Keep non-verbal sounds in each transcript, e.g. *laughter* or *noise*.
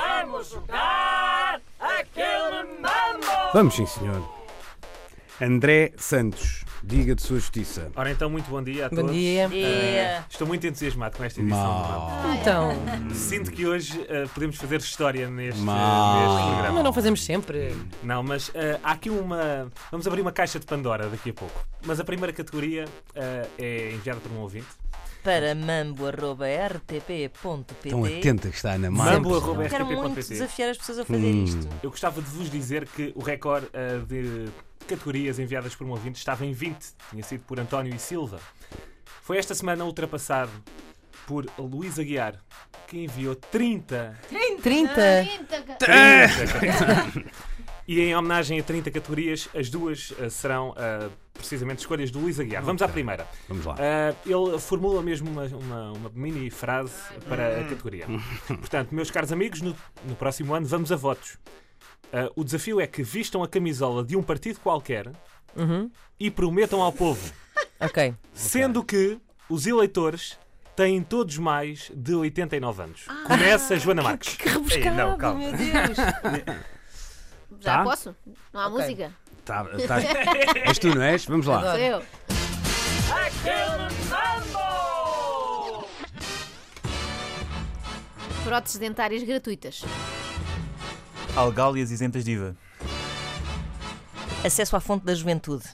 Vamos jogar aquele mambo! Vamos sim, senhor. André Santos, diga de sua justiça. Ora então, muito bom dia a Bom todos. dia. Eh, estou muito entusiasmado com esta edição. do Mal. Então, Sinto que hoje eh, podemos fazer história neste, Mal. neste mas programa. não fazemos sempre. Não, mas eh, há aqui uma. Vamos abrir uma caixa de Pandora daqui a pouco. Mas a primeira categoria eh, é enviada por um ouvinte. Para mambo.rtp.pt Tão Então atenta que está a Ana Marques. Mambo.rtp.pt. Quero muito desafiar as pessoas a fazer isto. Eu gostava de vos dizer que o recorde ah, de categorias enviadas por um ouvinte estava em 20. Tinha sido por António e Silva. Foi esta semana ultrapassado por Luís Aguiar, que enviou 30 30. E em homenagem a 30 categorias, as duas ah, serão ah, precisamente escolhas do Luís Aguiar. Vamos à primeira. Vamos lá. Ah, ele formula mesmo uma, uma- uma mini frase para a *laughs* categoria. Portanto, meus caros amigos, no, no próximo ano vamos a votos. Ah, o desafio é que vistam a camisola de um partido qualquer Uhum. e prometam ao povo, Ah, Ok. sendo que os eleitores têm todos mais de 89 anos. Começa Joana Marques. Ah, Rebuscado, não, calma. meu Deus. Já Tá? posso? Não há Ok. música? Tá, tá- És tu, não és? Vamos lá. Sou eu. Aquele mambo! Próteses dentárias gratuitas. Algálias isentas de IVA. Acesso à fonte da juventude.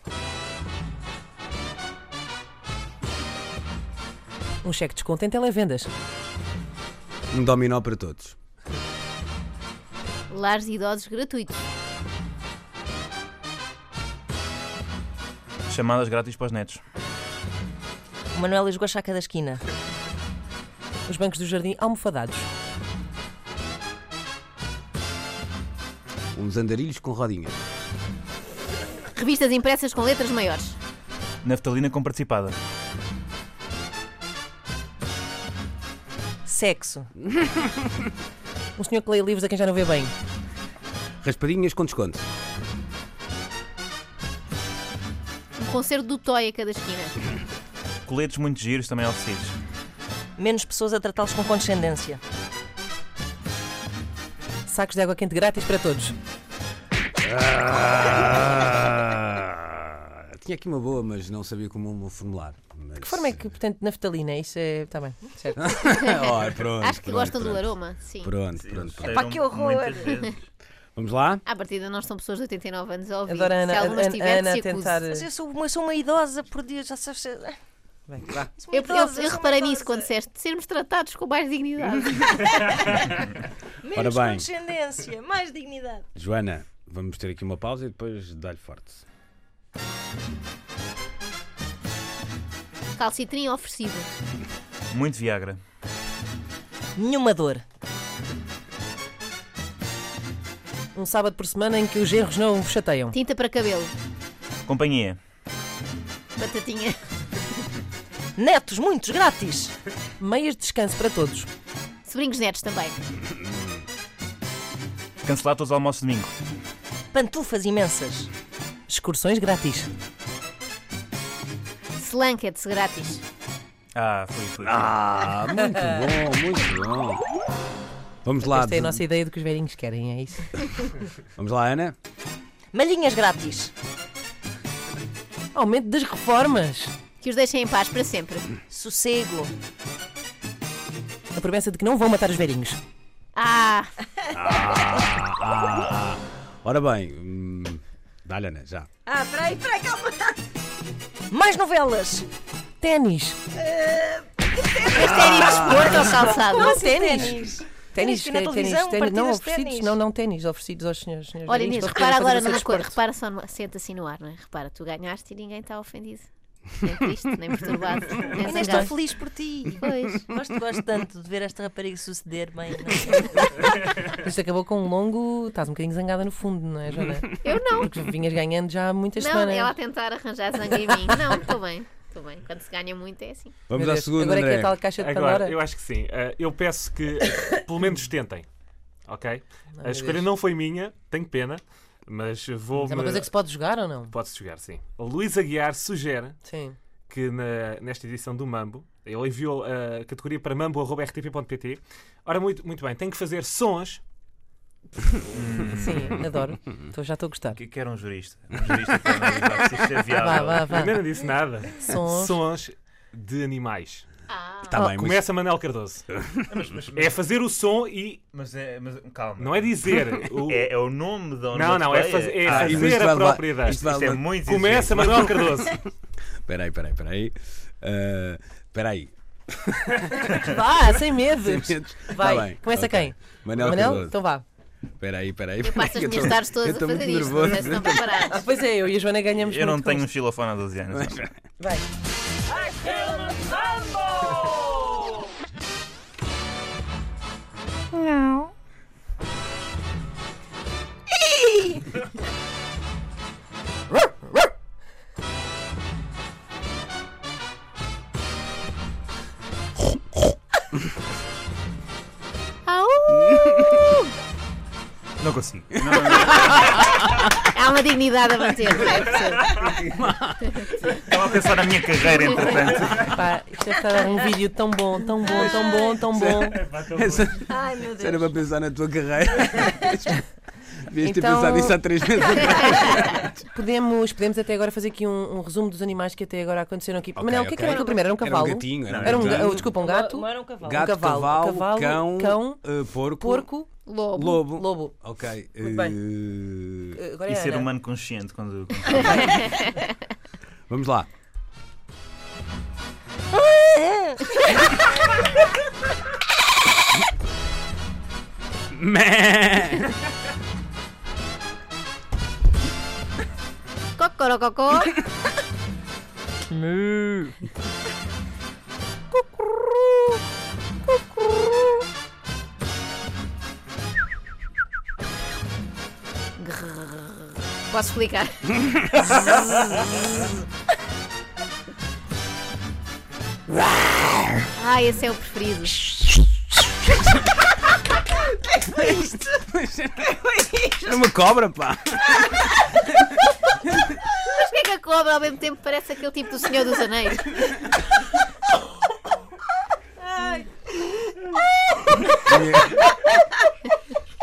Um cheque de desconto em televendas. Um dominó para todos. Lares de idosos gratuitos. Chamadas grátis para os netos. O Manuel esgocha a cada esquina. Os bancos do jardim almofadados. Uns andarilhos com rodinha. Revistas impressas com letras maiores. Naftalina com participada. Sexo. Um senhor que lê livros a quem já não vê bem. Raspadinhas com desconto. Um concerto do Toy a cada esquina. Coletes muito giros também oferecidos. Menos pessoas a tratá-los com condescendência. Sacos de água quente grátis para todos. Tinha aqui uma boa, mas não sabia como formular. Mas... Que forma é que, portanto, naftalina? Isso é. Está bem. Certo. *laughs* Ora, pronto, Acho que pronto, gostam do pronto. aroma. Sim. Pronto, pronto, pronto. Epá, que horror! Muitas vezes. Vamos lá? À partida não estão pessoas de 89 anos a ouvir. Adoro a Ana, Se a, algumas a, a tiver, Ana que a se acuse. tentar. eh, Mas eu sou uma, sou uma idosa, por Deus, já sabes. *laughs* Eu, Bem, vá. Eu, eu, eu reparei nisso quando disseste de sermos tratados com *laughs* mais dignidade. Menos Ora bem. condescendência, mais dignidade. Joana, vamos ter aqui uma pausa e depois dá-lhe forte. Calcitrim oferecido. Muito Viagra. Nenhuma dor. Um sábado por semana em que os erros não vos chateiam. Tinta para cabelo. Companhia. Batatinha. Tipo, Netos, muitos, grátis. Meias de descanso para todos. Sobrinhos netos também. Cancelar todos os almoços de domingo. Pantufas imensas. Excursões grátis. é Slankets grátis. Ah, fui, fui. *laughs* Ah, muito bom, muito bom. Vamos lá, Esta é a nossa ideia do que os velhinhos querem, é isso? vamos lá, Ana. Malhinhas grátis. Aumento das reformas. Que os deixem em paz para sempre. Sossego. A promessa de que não vão matar os velhinhos. Ah, Ora bem, hum, dá-lhe, Ana, já. Ah, peraí, peraí, calma! Mais novelas. Ténis. Ah. série de desporto ou assim? calçado. ténis. Ténis, Ténis, na ténis, televisão, ténis, partidas não de oferecidos, ténis. não, não ténis, oferecidos aos senhores. senhores Olha, velhinhos, Inês, para poderem repara agora fazer o numa seu coisa. desporto. Repara só, numa... senta assim no ar, não é? Repara, tu ganhaste e ninguém está ofendido. Nem triste, nem *laughs* perturbado. Nem Ainda estou zangado. feliz por ti. Pois. Gosto, gosto tanto de ver esta rapariga suceder bem. não Isto acabou com um longo. Estás um bocadinho zangada no fundo, não é, *laughs* Joana? Eu não. Porque vinhas ganhando já há muitas Não, semanas. ela a tentar arranjar sangue em mim. Não, estou bem. Estou bem. Quando se ganha muito é assim. Vamos Meu à Deus, segunda, Agora é que é André. a tal caixa de Agora, Pandora. eu acho que sim. Ah, eu peço *coughs* que pelo menos tentem. Ok? a escolha não foi minha, tenho pena, mas vou. Mas É uma coisa que se pode jogar ou não? Pode-se jogar, sim. O Luís Aguiar sugere Sim. que na- nesta edição do Mambo, ele *laughs* enviou a categoria para mambo.rtp.pt. Ora, muito, muito bem, tem que fazer sons Sim, *laughs* adoro. Tô- já estou a gostar. O que, que era um jurista? Um jurista para analisar se isto é Vá, viável. vá, vá. Ainda não disse nada. Sons. Sons de animais. Ah, Está Tá bem, mas Começa Manel Cardoso. Mas, mas- mas- É fazer o som e. mas é- mas- calma. Não *laughs* é dizer. O... É, é o nome Não, da não, é, onomatopeia? faz- é Ah, e fazer isto a vai- propriedade. isto vai- isto é muito Começa exigente. Manuel Cardoso. Espera aí, espera aí, espera aí. Ah, Espera aí. *laughs* Vá, sem medos. Tá Vai. bem, Começa ok. quem? Manel, Manel? Cardoso. Então vá. Espera aí, espera aí. eu espera aí, passo as que *laughs* eu minhas tô- tardes todas eu a tô fazer muito isto, nervoso. não sei se estão preparados. *laughs* Ah, pois é, eu e a Joana ganhamos *laughs* Eu muito com não tenho um isto. xilofone há 12 anos. ok. Vai. Mambo! Au! Não consigo. Há uma dignidade a manter, não é, professor? Estava a pensar É na minha carreira, entretanto. Pá, isto deve estar um vídeo tão bom, tão bom, tão bom, tão bom. Essa- Ai, meu Isso era Deus. para pensar na tua *laughs* carreira. Devias ter Então- pensado nisso há três meses atrás. Podemos, podemos até agora fazer aqui um, um resumo dos animais que até agora aconteceram aqui. Mas Manel, o que é que ok. era aquilo primeiro? Era um cavalo? Era um gatinho. Era, Era um, um ga- gato, oh, desculpa, um gato, Não era um cavalo. gato, cavalo, cavalo, cavalo, cão, cão, eh, porco, porco, Lobo. lobo. lobo. Ok. Muito bem. eh, Eh, Agora é E ser Ana. humano consciente quando. vamos lá. Cocorococó. Grrr. Posso explicar? Ah, esse é o preferido. É uma cobra, pá. Mas que é que a cobra ao mesmo tempo parece aquele tipo do Senhor dos Anéis? Minha,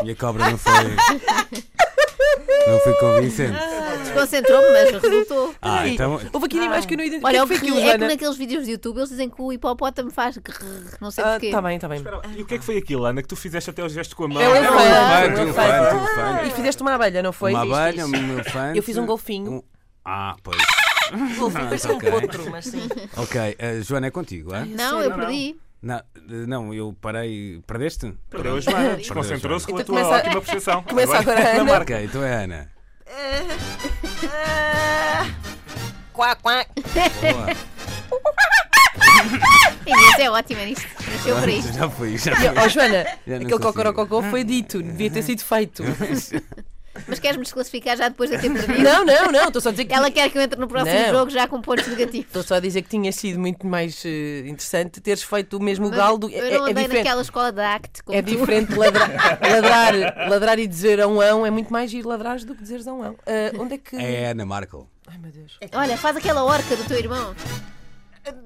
minha cobra não foi. Não foi convincente. Desconcentrou-me, mas resultou. Ah, então. Houve aqui animais que eu não identifiquei. Olha, o que que foi aquilo, é que Joana? naqueles vídeos do YouTube eles dizem que o hipopótamo faz grrr, não sei Ah, porquê. Tá bem, tá bem. E o que é que foi aquilo, Ana, que tu fizeste até o gesto com a mão? É É um um elefante, elefante, um um elefante, um elefante. elefante. E fizeste uma abelha, não foi? Uma Fiz, abelha, fiz. um elefante. Eu fiz um golfinho. um- Ah, pois. Golfinho, parece um ok. potro, mas sim. Ok, eh, Joana, é contigo, é? Não, eu perdi. Não, eh, não, eu parei. Perdeste? Perdeu a Joana. Desconcentrou-se com a Então tua começa- ótima prestação. *laughs* Começa agora, na Ana. marca. Ok, então é a Ana. Quá, quá. Boa. Inês é ótima nisto. Nasceu para isto. Já foi, já E, ó, foi. Oh, Joana, não aquele consigo. Ah. cocorococó foi dito, devia ter sido feito. Mas queres-me desclassificar já depois de eu ter perdido? Não, não, não, estou só a dizer que. Ela quer que eu entre no próximo Não. jogo já com pontos negativos. Estou só a dizer que tinha sido muito mais eh, interessante teres feito o mesmo Mas galdo. É, eu não é andei diferente. naquela escola da ACT. Como É tu. diferente ladrar, ladrar, ladrar e dizer a um ão é muito mais ir ladrares do que dizeres a um ão. Ah, onde é que. É a Ana Markel. Ai meu Deus. Olha, faz aquela orca do teu irmão.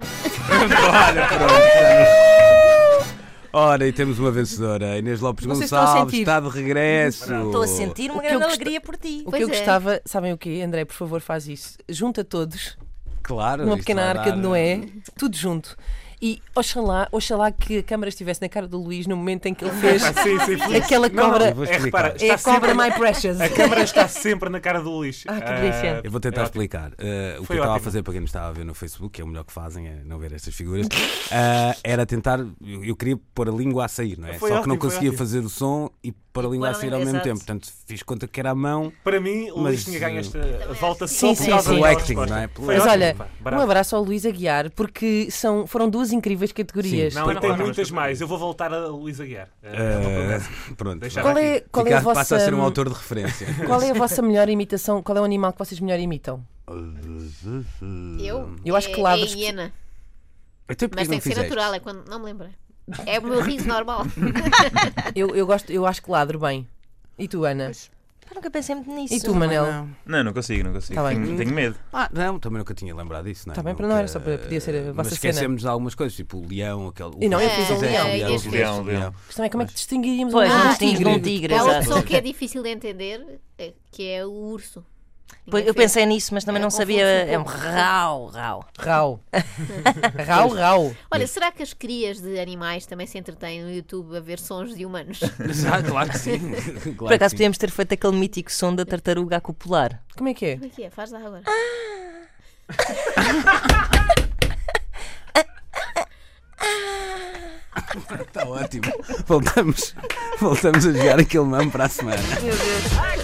Ora, pronto. Ora, e temos uma vencedora. A Inês Lopes Vocês estão a Gonçalves sentir? está de regresso. Estou a sentir uma que eu grande gost- alegria por ti. O Pois que eu é. gostava, sabem o quê? André, por favor, faz isso. Junta todos Claro. numa isto pequena vai arca dar- eh, de Noé, tudo junto. E oxalá, oxalá que a câmara estivesse na cara do Luís no momento em que ele *laughs* fez Ah, sim, sim, *laughs* sim. aquela Não, não, cobra. eu vou É, explicar. repara, é está a cobra sempre, My Precious. a câmara está sempre na cara do lixo. Ah, que delícia. Eu vou tentar explicar. Uh, o que é Foi eu estava a ótimo. fazer para quem me estava a ver no Facebook, que é o melhor que fazem, é não ver estas figuras, *laughs* uh, era tentar. Eu, eu queria pôr a língua a sair, não é? Foi Só que não ótimo, foi conseguia ótimo. fazer o som e pôr a língua a sair ao língua, mesmo exato. tempo. Portanto, fiz conta que era a mão. Para mim, o Mas, Luís tinha ganho esta volta só Sim, é sim, por causa sim. da Pelo acting, resposta. não é? Foi Mas ótimo, olha, pá, um barato. abraço ao Luís Aguiar, porque são, foram duas incríveis categorias. Sim, Não, Pois não, tem não, não, Eh, muitas mais. Eu vou voltar a Luís Aguiar. Uh, *laughs* pronto. Deixa Qual é, qual, é a Ficar- vossa, Passa a ser um autor de referência. qual é a vossa melhor imitação? Qual é o animal que vocês melhor imitam? Eu? Hum, Eu acho que É- ladro- É a hiena. Então Até porque Mas não tem que ser fizeste? natural, é quando. Não me lembro. É o *laughs* meu riso normal. Eu, eu, gosto, eu acho que ladro bem. E tu, Ana? Nunca pensei muito nisso. E tu, Manel? Não. Não, não consigo, não consigo. Tá bem. tenho, tenho medo. Ah, não, também nunca tinha lembrado disso. Não, Tá bem, nunca... para não era só para- podia ser a Mas vossa cena. esquecemos de algumas coisas, tipo o leão, aquele. E não, eu o- fiz um fizeste leão. Eu fiz. Leão, leão. A questão é como é que distinguiríamos Pois, um não leão um tigre, um tigre, Há uma exato. opção que é difícil de entender, eh, que é o urso. Pois, Ninguém eu fez. pensei nisso, mas também não É, sabia. confuso um É um pouco. rau, rau. *laughs* Rau. rau, rau. Olha, será que as crias de animais também se entretêm no YouTube a ver sons de humanos? Ah, *laughs* claro que sim. claro Por acaso que sim. podíamos ter feito aquele mítico som da tartaruga a copular. Como é que é? Como é que é? Faz lá agora. Está ótimo. Tá Voltamos, voltamos a jogar aquele mame para a semana. Meu Deus.